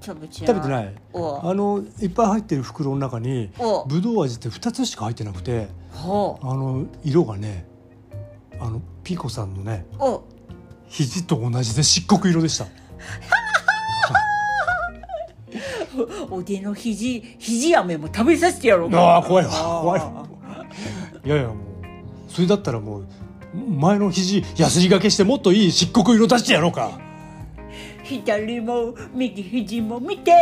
Speaker 1: 食べて
Speaker 2: 食べてない
Speaker 1: おう
Speaker 2: あのいっぱい入ってる袋の中に
Speaker 1: おう
Speaker 2: ぶどう味って2つしか入ってなくて
Speaker 1: ほう
Speaker 2: あの色がねあのピコさんのね
Speaker 1: お
Speaker 2: 肘と同じで漆黒色で した
Speaker 1: おでの肘肘飴も食べさせてやろう
Speaker 2: ああ
Speaker 1: か
Speaker 2: 怖いわ
Speaker 1: あー
Speaker 2: 怖いわいやいやもうそれだったらもう前の肘やすりがけしてもっといい漆黒色出してやろうか
Speaker 1: 左も右肘も見て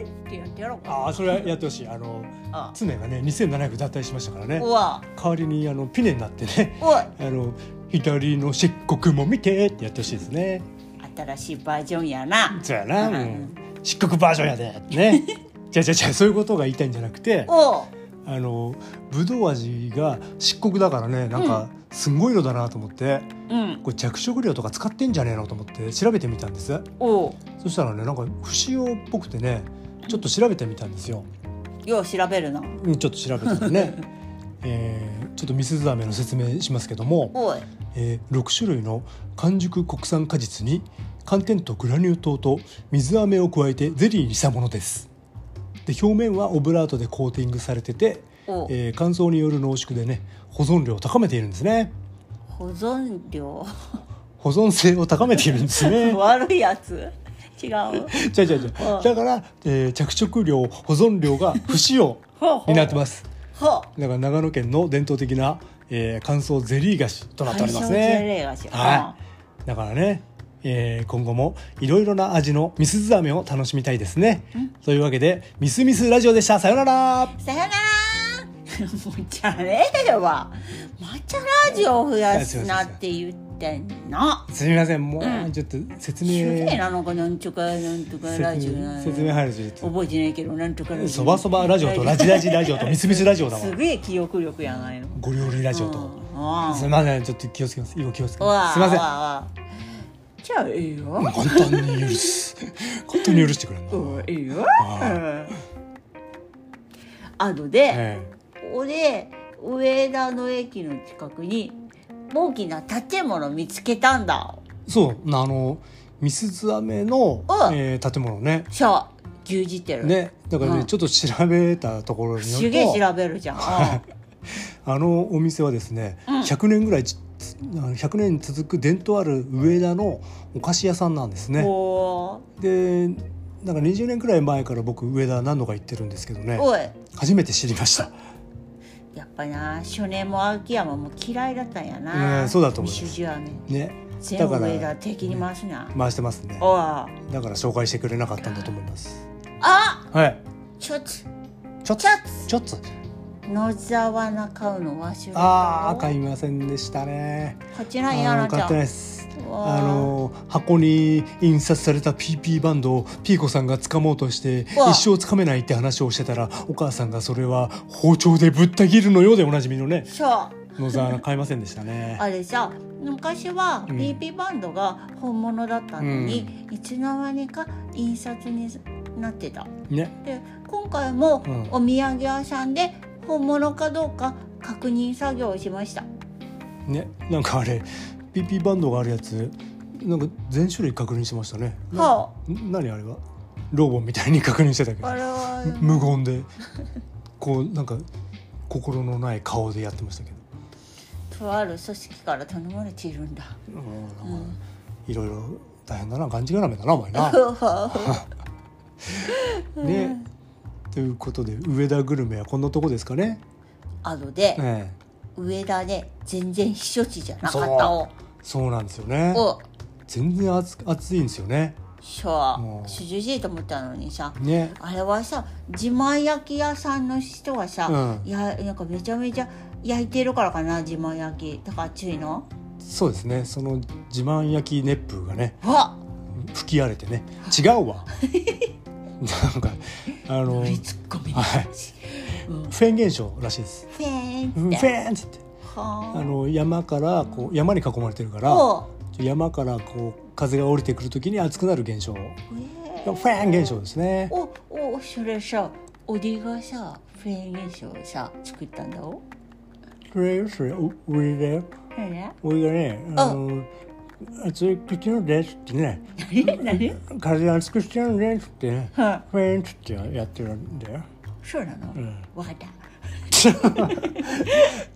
Speaker 1: ーってやってやろうか
Speaker 2: ああそれはやってほしいあの
Speaker 1: あ
Speaker 2: 常がね2700脱退しましたからね
Speaker 1: うわ
Speaker 2: 代わりにあのピネになってね
Speaker 1: うわ
Speaker 2: あの左の漆黒も見てってやってほしいですね
Speaker 1: 新しいバージョンやな
Speaker 2: そうやな、
Speaker 1: うん
Speaker 2: うん漆黒バージョンやでねじゃあじゃあじゃあそういうことが言いたいんじゃなくて
Speaker 1: おう
Speaker 2: あのぶどう味が漆黒だからねなんかすんごいのだなと思って、
Speaker 1: うん
Speaker 2: これ着色料とか使ってんじゃねえのと思って調べてみたんです
Speaker 1: おう
Speaker 2: そしたらねなんか不使用っぽくてねちょっと調べてみたんですよ、
Speaker 1: よう調べるな
Speaker 2: うんちょっと調べたらね、えーちょっとミスズアメの説明しますけども、
Speaker 1: おい
Speaker 2: えー6種類の完熟国産果実に寒天とグラニュー糖と水飴を加えてゼリーにしたものですで表面はオブラートでコーティングされてて、
Speaker 1: おう、
Speaker 2: えー乾燥による濃縮でね保存量を高めているんですね
Speaker 1: 保存料
Speaker 2: 保存性を高めているんで すね
Speaker 1: 悪いやつ違う
Speaker 2: 違う違う違う
Speaker 1: ああ
Speaker 2: だから、えー着色料保存量が不使用
Speaker 1: ほうほう
Speaker 2: になってます
Speaker 1: ほう
Speaker 2: だから長野県の伝統的な、えー乾燥ゼリー菓子となっております
Speaker 1: 最初の
Speaker 2: ね
Speaker 1: 事例がし
Speaker 2: はい、だからね、えー今後もいろいろな味のみすず飴を楽しみたいですねというわけでミスミスラジオでしたさよなら
Speaker 1: うんさよなら もうじゃねえわ抹茶ラジオ増やすなって言ってんの
Speaker 2: すみませんもう、
Speaker 1: うん
Speaker 2: ちょっと
Speaker 1: す
Speaker 2: 説
Speaker 1: げ
Speaker 2: 明
Speaker 1: えななんかなんとかなんとかラジオ
Speaker 2: 説
Speaker 1: な
Speaker 2: 明説明入るしちょっ
Speaker 1: 覚えてないけどなんとかラジ
Speaker 2: と
Speaker 1: オ
Speaker 2: そばそばラジオとラジラジ ラジオとミスミスラジオだわ
Speaker 1: すげえ記憶力やないの
Speaker 2: ご料理ラジオと、
Speaker 1: うんうん
Speaker 2: すみませんちょっと気をつけます以後気をつけ
Speaker 1: うわ
Speaker 2: ますすみません
Speaker 1: うわうわじゃあいいよ
Speaker 2: もう簡単に許す簡単に許してくれるな、
Speaker 1: うんいいよ
Speaker 2: あ
Speaker 1: あとで、
Speaker 2: え
Speaker 1: 俺上田の駅の近くに大きな建物見つけたんだ
Speaker 2: えそうなあのミスズアメの
Speaker 1: う、ん
Speaker 2: えー建物ね
Speaker 1: そう牛耳ってる、
Speaker 2: ね、だからね、
Speaker 1: うん
Speaker 2: ちょっと調べたところによ
Speaker 1: す
Speaker 2: る
Speaker 1: げえ
Speaker 2: と
Speaker 1: 調べるじ ゃん、うん
Speaker 2: あのお店はですね、
Speaker 1: うん
Speaker 2: 100年ぐらいつつ100年続く伝統ある上田のお菓子屋さんなんですね。
Speaker 1: お
Speaker 2: でなんか20年くらい前から僕上田何度か行ってるんですけどね
Speaker 1: ーおい
Speaker 2: 初めて知りました
Speaker 1: やっぱな初年も秋山も嫌いだったんや
Speaker 2: う
Speaker 1: な、
Speaker 2: んそうだと思う
Speaker 1: 主人はね
Speaker 2: ねだ
Speaker 1: 全部
Speaker 2: から
Speaker 1: 上田敵に回すな、
Speaker 2: 回してますね
Speaker 1: おあ
Speaker 2: だから紹介してくれなかったんだと思います
Speaker 1: あ
Speaker 2: はい
Speaker 1: ちょっと
Speaker 2: ちょっと
Speaker 1: ちょっ
Speaker 2: ちょっと
Speaker 1: と野沢な買うの忘れたよ
Speaker 2: あー買いませんでしたね
Speaker 1: こちらや
Speaker 2: あ
Speaker 1: ら
Speaker 2: の
Speaker 1: ち
Speaker 2: 買
Speaker 1: ゃ
Speaker 2: ってない
Speaker 1: ん
Speaker 2: です
Speaker 1: うわー
Speaker 2: あの箱に印刷された PP バンドをピーコさんが掴もうとして
Speaker 1: うわ
Speaker 2: 一生掴めないって話をしてたらお母さんがそれは包丁でぶった切るのようでおなじみのね
Speaker 1: そう
Speaker 2: 野沢菜買いませんでしたね
Speaker 1: あれさ昔は
Speaker 2: うん
Speaker 1: PP バンドが本物だったのに、いつの間にか印刷になってた
Speaker 2: ね
Speaker 1: で今回も
Speaker 2: うん
Speaker 1: お土産屋さんで本物かどうか確認作業をしました
Speaker 2: ねなんかあれ PP バンドがあるやつなんか全種類確認してましたねな
Speaker 1: は
Speaker 2: 何あれはロボみたいに確認してたけ
Speaker 1: あ
Speaker 2: ど
Speaker 1: あれは
Speaker 2: 無言でこうなんか心のない顔でやってましたけど
Speaker 1: とある組織から頼まれているんだ
Speaker 2: うんなんかいろいろ大変だながんじがらめだなお前な。
Speaker 1: は
Speaker 2: ね、ということで上田グルメはこんなとこですかね。
Speaker 1: あので、
Speaker 2: え
Speaker 1: 上田で全然避暑地じゃなかったを
Speaker 2: え、そうなんですよね。
Speaker 1: を
Speaker 2: 全然暑暑いんですよね。
Speaker 1: そう
Speaker 2: うん
Speaker 1: 涼しいと思ったのにさ
Speaker 2: ね、
Speaker 1: あれはさ自前焼き屋さんの人はさ、
Speaker 2: うん
Speaker 1: いやなんかめちゃめちゃ焼いてるからかな自前焼きだから暑いの
Speaker 2: そうですね。その自慢焼き熱風がね
Speaker 1: わ
Speaker 2: 吹き荒れてね、違う わ。なんかあの
Speaker 1: っ
Speaker 2: フ
Speaker 1: リ
Speaker 2: ェ
Speaker 1: ツッコミ
Speaker 2: はいーン現象らしいです。
Speaker 1: フェ
Speaker 2: フ
Speaker 1: ーン
Speaker 2: ェ
Speaker 1: って
Speaker 2: ーンって言って、あ
Speaker 1: は
Speaker 2: の山からこう山に囲まれてるか
Speaker 1: あ
Speaker 2: ら。
Speaker 1: お
Speaker 2: 山からこう風が降りてくるときに熱くなる現象
Speaker 1: うえ
Speaker 2: フ
Speaker 1: ー
Speaker 2: ェーン現象ですね
Speaker 1: おおそれさおディがさフェーン現象をさ作ったんだお
Speaker 2: それそれお俺だよ
Speaker 1: 何ね
Speaker 2: 俺がねあの熱い口のですってね
Speaker 1: 何何
Speaker 2: 風熱くしてるんですってね
Speaker 1: は
Speaker 2: フェーンってやってるんだよ
Speaker 1: そうなの、
Speaker 2: ん
Speaker 1: わかった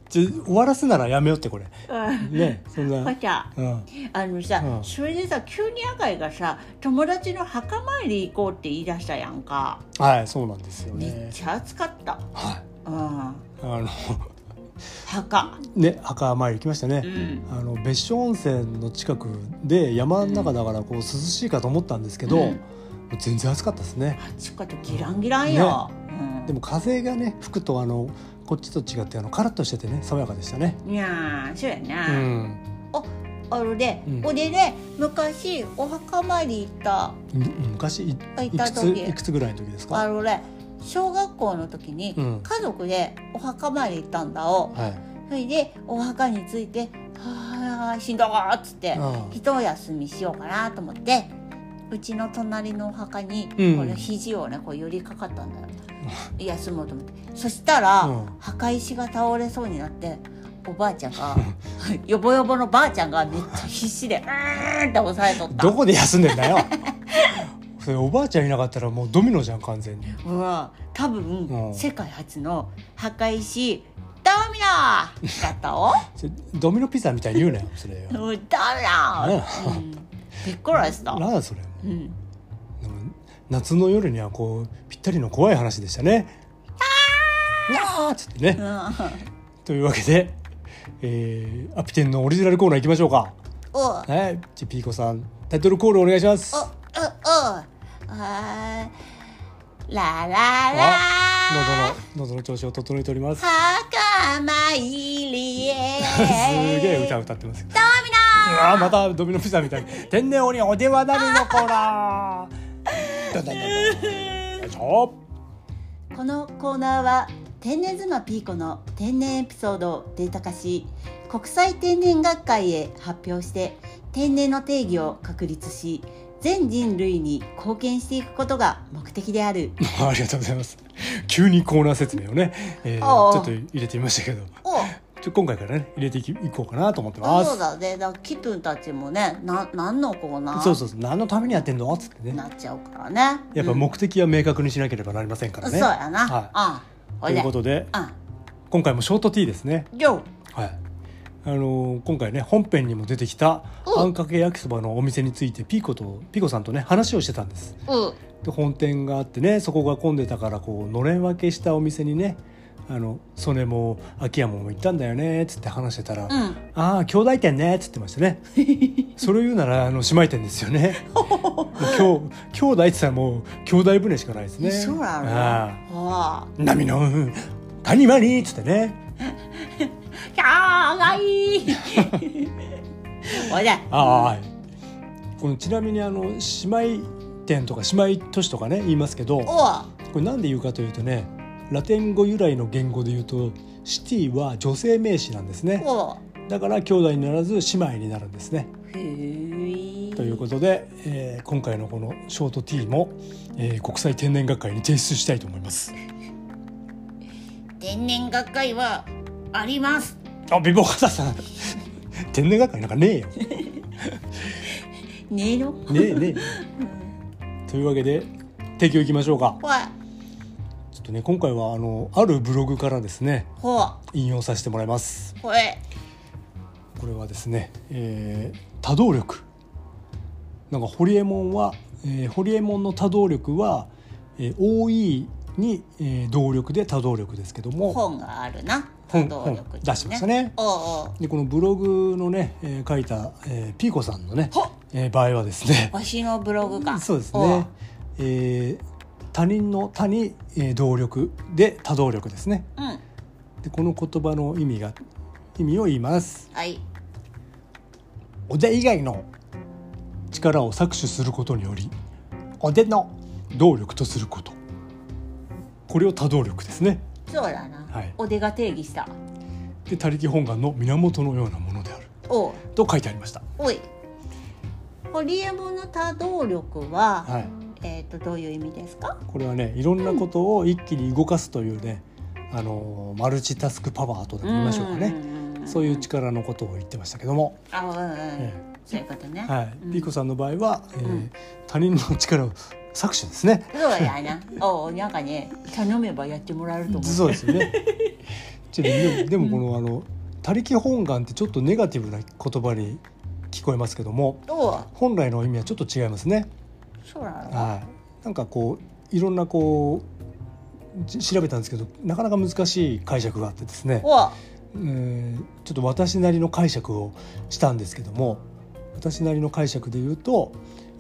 Speaker 2: ちょ終わらすならやめようってこれ
Speaker 1: うん
Speaker 2: ねそん
Speaker 1: わか
Speaker 2: な
Speaker 1: った
Speaker 2: うん
Speaker 1: あのさ、
Speaker 2: うん
Speaker 1: それでさ急に赤井がさ友達の墓参り行こうって言い出したやんか
Speaker 2: はいそうなんですよ
Speaker 1: めっ
Speaker 2: ね
Speaker 1: ちゃ暑かった、
Speaker 2: はい
Speaker 1: うん
Speaker 2: あの
Speaker 1: 墓
Speaker 2: ね墓参り行きましたね
Speaker 1: うん
Speaker 2: あの別所温泉の近くで山の中だからこう涼しいかと思ったんですけど、
Speaker 1: うん
Speaker 2: もう全然暑かったですね
Speaker 1: 暑かったギランギランよ、
Speaker 2: でも風がね吹くとあのこっちと違ってあのカラッとしててね爽やかでしたね
Speaker 1: うんいやーそうや
Speaker 2: う
Speaker 1: な、
Speaker 2: ん、
Speaker 1: あれで、
Speaker 2: うん
Speaker 1: 俺ね昔お墓参り行った
Speaker 2: む昔い
Speaker 1: あ行っ
Speaker 2: い
Speaker 1: た
Speaker 2: くつ
Speaker 1: 時
Speaker 2: いくつぐらいの時です
Speaker 1: あ
Speaker 2: か
Speaker 1: のね小学校の時に
Speaker 2: うん
Speaker 1: 家族でお墓まで行ったんだを、
Speaker 2: はい
Speaker 1: それでお墓について「はあしんどー」っつって
Speaker 2: ああ
Speaker 1: 一休みしようかなと思ってうちの隣のお墓にこ
Speaker 2: うん
Speaker 1: の肘をねこう寄りかかったんだよ、休もうと思ってそしたら、
Speaker 2: うん
Speaker 1: 墓石が倒れそうになっておばあちゃん がよぼよぼのばあちゃんがめっちゃ必死で「うーん」って押さえとった
Speaker 2: どこで休んでんだよ それおばあちゃんいなかったらもうドミノじゃん完全に
Speaker 1: うわ多分、
Speaker 2: うん
Speaker 1: 世界初の墓石ドミノーだった お
Speaker 2: それドミノピザみたいに言うなよそれ
Speaker 1: ド
Speaker 2: よ
Speaker 1: ミノー、うん、びっくりした、
Speaker 2: なんだそれも
Speaker 1: う、
Speaker 2: うんでも夏の夜にはこうぴったりの怖い話でしたねわーっつってね
Speaker 1: うん
Speaker 2: というわけで、えーアピテンのオリジナルコーナー行きましょうか
Speaker 1: お
Speaker 2: はいじゃあピーコさんタイトルコールお願いします
Speaker 1: お、お、お、あーラララ
Speaker 2: あ喉の喉の調子を整えておりますす
Speaker 1: 袴入りへ
Speaker 2: げえ歌歌ってます
Speaker 1: ドミノ
Speaker 2: あまたドミノピザみたい天然鬼おではなるのコーナーどんどんどんどんよいしょ
Speaker 1: このコーナーは天然妻ピーコの天然エピソードをデータ化し国際天然学会へ発表して天然の定義を確立し全人類に貢献していくことが目的である
Speaker 2: ありがとうございます急にコーナー説明をね、えー
Speaker 1: ああ
Speaker 2: ちょっと入れてみましたけど
Speaker 1: お
Speaker 2: ちょ今回からね入れていきいこうかなと思ってま
Speaker 1: そう
Speaker 2: す
Speaker 1: だねだからキプンたちもねな何のコーナー
Speaker 2: そうそうそう何のためにやってんのっつってね
Speaker 1: なっちゃうからね
Speaker 2: やっぱ目的は明確にしなければなりませんか
Speaker 1: う
Speaker 2: ら
Speaker 1: ん
Speaker 2: ね。
Speaker 1: そうやな、
Speaker 2: は
Speaker 1: うんほ
Speaker 2: い、と
Speaker 1: い
Speaker 2: い
Speaker 1: で
Speaker 2: うことで
Speaker 1: う
Speaker 2: 今回もショート T ですね。
Speaker 1: んりょう
Speaker 2: はいあのー今回ね本編にも出てきた
Speaker 1: うん
Speaker 2: あんかけ焼きそばのお店についてピーコとピーコさんとね話をしてたんです。
Speaker 1: うん
Speaker 2: で本店があってねそこが混んでたからこうのれん分けしたお店にねあの曽根も秋山も行ったんだよねっつって話してたら
Speaker 1: う
Speaker 2: 「
Speaker 1: ん
Speaker 2: ああ兄弟店ね」っつってまし たねそれを言うならあの姉妹店ですよねもう兄兄弟って言ったらもう兄弟船しかないですね
Speaker 1: そうなの
Speaker 2: ああ
Speaker 1: は
Speaker 2: 波の谷間にっつってね
Speaker 1: あきゃーがいいほいで
Speaker 2: ああはいこのちなみにあの姉妹店とか姉妹都市とかね言いますけど
Speaker 1: おう
Speaker 2: これなんで言うかというとねラテン語由来の言語で言うとシティは女性名詞なんですね
Speaker 1: おう
Speaker 2: だから兄弟にならず姉妹になるんですね
Speaker 1: へー
Speaker 2: ということで、えー今回のこのショート T も、えー国際天然学会に提出したいと思います
Speaker 1: 天然学会はあります
Speaker 2: あ貧乏方さん 天然学会なんかねえよ
Speaker 1: ねえの
Speaker 2: ねえねえというわけで提供いきましょうか
Speaker 1: ほい
Speaker 2: ちょっとね今回はあのあるブログからですね
Speaker 1: ほう
Speaker 2: 引用させてもらいます
Speaker 1: ほい
Speaker 2: これはですね、えー多動力なんかホリエモンは、えーホリエモンの多動力は、えー OE に、えー動力で多動力ですけども
Speaker 1: 本があるな
Speaker 2: 本
Speaker 1: 動
Speaker 2: 本
Speaker 1: 力
Speaker 2: 出してましたね
Speaker 1: おうおう
Speaker 2: でこのブログのね、えー書いた、えーピーコさんのね
Speaker 1: ほっ、
Speaker 2: えー場合はですね
Speaker 1: わしのブログか
Speaker 2: そうです
Speaker 1: お
Speaker 2: ね、えー他人の他に、えー動力で多動力ですね
Speaker 1: うん
Speaker 2: でこの言葉の意味が意味を言います
Speaker 1: はい
Speaker 2: おで以外の力を搾取することによりおでの動力とすることこれを多動力ですね
Speaker 1: そうだな、
Speaker 2: はい
Speaker 1: お出が定義した
Speaker 2: で他力本願の源のようなものである
Speaker 1: おう
Speaker 2: と書いてありました
Speaker 1: おいホリエモンの多動力は、
Speaker 2: はい
Speaker 1: えっ、とどういう意味ですか？
Speaker 2: これはねいろんなことを一気に動かすというね、あのーマルチタスクパワーとでも言いましょうかねそういう。力のことを言ってましたけども、
Speaker 1: あ、うんうん、
Speaker 2: え
Speaker 1: そういうことね。
Speaker 2: えはい
Speaker 1: うん
Speaker 2: ピーコさんの場合は、えー
Speaker 1: うん
Speaker 2: 他人の力を搾取ですね
Speaker 1: そうやな。おうなんかね頼めばやってもらえると思う。
Speaker 2: そうですよね。ちょっとでもでもこの、あの他力本願ってちょっとネガティブな言葉に聞こえますけども、
Speaker 1: おう
Speaker 2: 本来の意味はちょっと違いますね。
Speaker 1: そうなの。
Speaker 2: はい。なんかこういろんなこうじ調べたんですけど、なかなか難しい解釈があってですね。
Speaker 1: おう
Speaker 2: うーんちょっと私なりの解釈をしたんですけども私なりの解釈で言うと、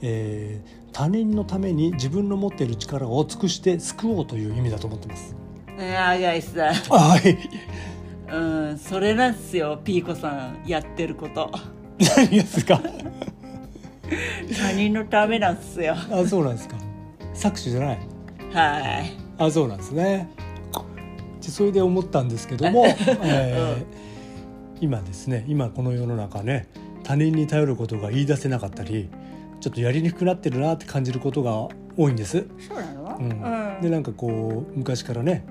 Speaker 2: えー他人のために自分の持っている力を尽くして救おうという意味だと思ってます。
Speaker 1: いやいやいさ、
Speaker 2: はい。
Speaker 1: うんそれなんですよピーコさんやってること。
Speaker 2: 何ですか。
Speaker 1: 他人のためなんですよ。
Speaker 2: あ、そうなんですか。搾取じゃない。
Speaker 1: はい。
Speaker 2: あそうなんですねでそれで思ったんですけど も、えー今ですね今この世の中ね他人に頼ることが言い出せなかったりちょっとやりにくくなってるなって感じることが多いんです、
Speaker 1: そうなの、
Speaker 2: うん
Speaker 1: う
Speaker 2: で
Speaker 1: ん
Speaker 2: なんかこう昔からね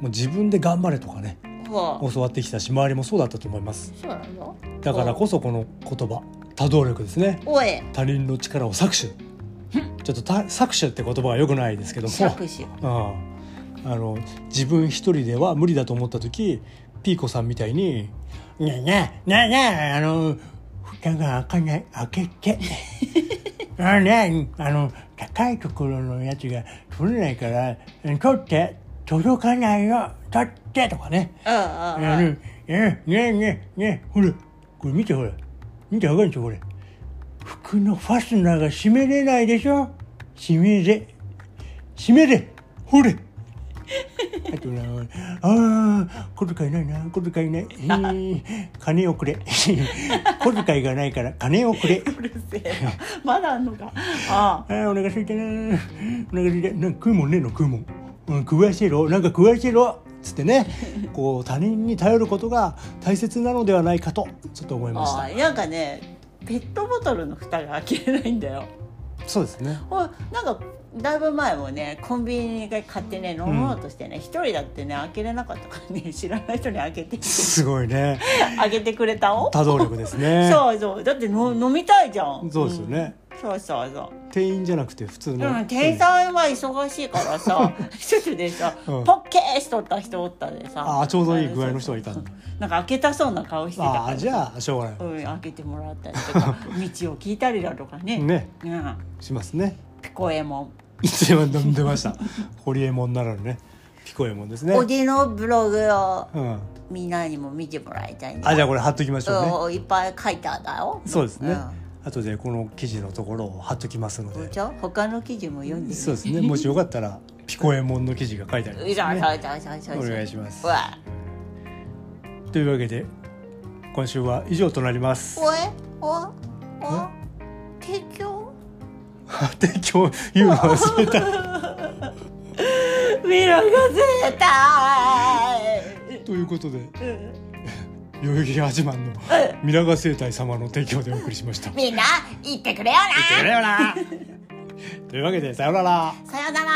Speaker 2: もう自分で頑張れとかね
Speaker 1: ほう
Speaker 2: 教わってきたし周りもそうだったと思います
Speaker 1: そうなの
Speaker 2: だからこそこの言葉多動力ですね
Speaker 1: おい
Speaker 2: 他人の力を搾取ちょっとた搾取って言葉は良くないですけども
Speaker 1: 搾取
Speaker 2: うん、 あの自分一人では無理だと思った時ピーコさんみたいに「ねえねえねえねえあの蓋が開かない開け て」あのねあの高いところのやつが取れないから取って届かないよ取ってとかね
Speaker 1: あ
Speaker 2: あ
Speaker 1: あああ
Speaker 2: のねえねえねえねえほらこれ見てほら見てわかるでしょこれ服のファスナーが閉めれないでしょ閉めれ閉めれほれあとなああ小遣いないな小遣いない、えー金をくれ 小遣いがないから金をくれ
Speaker 1: うるせえなまだあんの かあ
Speaker 2: あーお腹空いたなーお腹空いたなんか食うもんねえの食うもん、うん、食わせろなんか食わせろつってねこう他人に頼ることが大切なのではないかとちょっと思い
Speaker 1: あ
Speaker 2: まし
Speaker 1: ああ
Speaker 2: た
Speaker 1: なんかねペットボトルの蓋が開けれないんだよ
Speaker 2: そうですね
Speaker 1: おなんかだいぶ前もねコンビニで買ってね飲もうとしてね一、人だってね開けれなかったからね 知らない人に開けて
Speaker 2: すごいね
Speaker 1: 開けてくれたお
Speaker 2: 多動力ですね
Speaker 1: そうそうだっての飲みたいじゃん
Speaker 2: そうですよね、
Speaker 1: うんそうそうそう
Speaker 2: 店員じゃなくて普通
Speaker 1: で
Speaker 2: の
Speaker 1: も店員さんは忙しいからさ 一人でさ、
Speaker 2: うん
Speaker 1: ポッケーしとった人おったでさ
Speaker 2: あーちょうどいい具合の人がいたんだ
Speaker 1: なんか開けたそうな顔してたから
Speaker 2: ああーじゃあしょうがな
Speaker 1: うん、開けてもらったり とか道を聞いたりだとかね
Speaker 2: いね
Speaker 1: うん、
Speaker 2: しますね
Speaker 1: ピコエモ
Speaker 2: 一番出ましたホリエモンならぬねピコエモンです
Speaker 1: ン、
Speaker 2: ね
Speaker 1: おじのブログを
Speaker 2: うん
Speaker 1: みんなにも見てもらいたいんだ
Speaker 2: あじゃあこれ貼っときましょうね
Speaker 1: うんいっぱい書いてあるだよ
Speaker 2: そうですね、
Speaker 1: うん
Speaker 2: 後でこの記事のところを貼っときますの
Speaker 1: 部
Speaker 2: で、
Speaker 1: 長他の記事も読んでみ
Speaker 2: そうですねもしよかったらピコエモンの記事が書いてあります、
Speaker 1: いざい
Speaker 2: ね、
Speaker 1: ざいざいざいざ
Speaker 2: お願い
Speaker 1: し
Speaker 2: します
Speaker 1: わ
Speaker 2: というわけで今週は以上となります
Speaker 1: おいおお提供
Speaker 2: で今日言うの忘れた
Speaker 1: ミロが絶対
Speaker 2: ということで
Speaker 1: うん
Speaker 2: 代々木八幡のミラガ生態様の提供でお送りし ました
Speaker 1: みんな言ってくれよ
Speaker 2: だよな というわけでさようなら
Speaker 1: なさよなら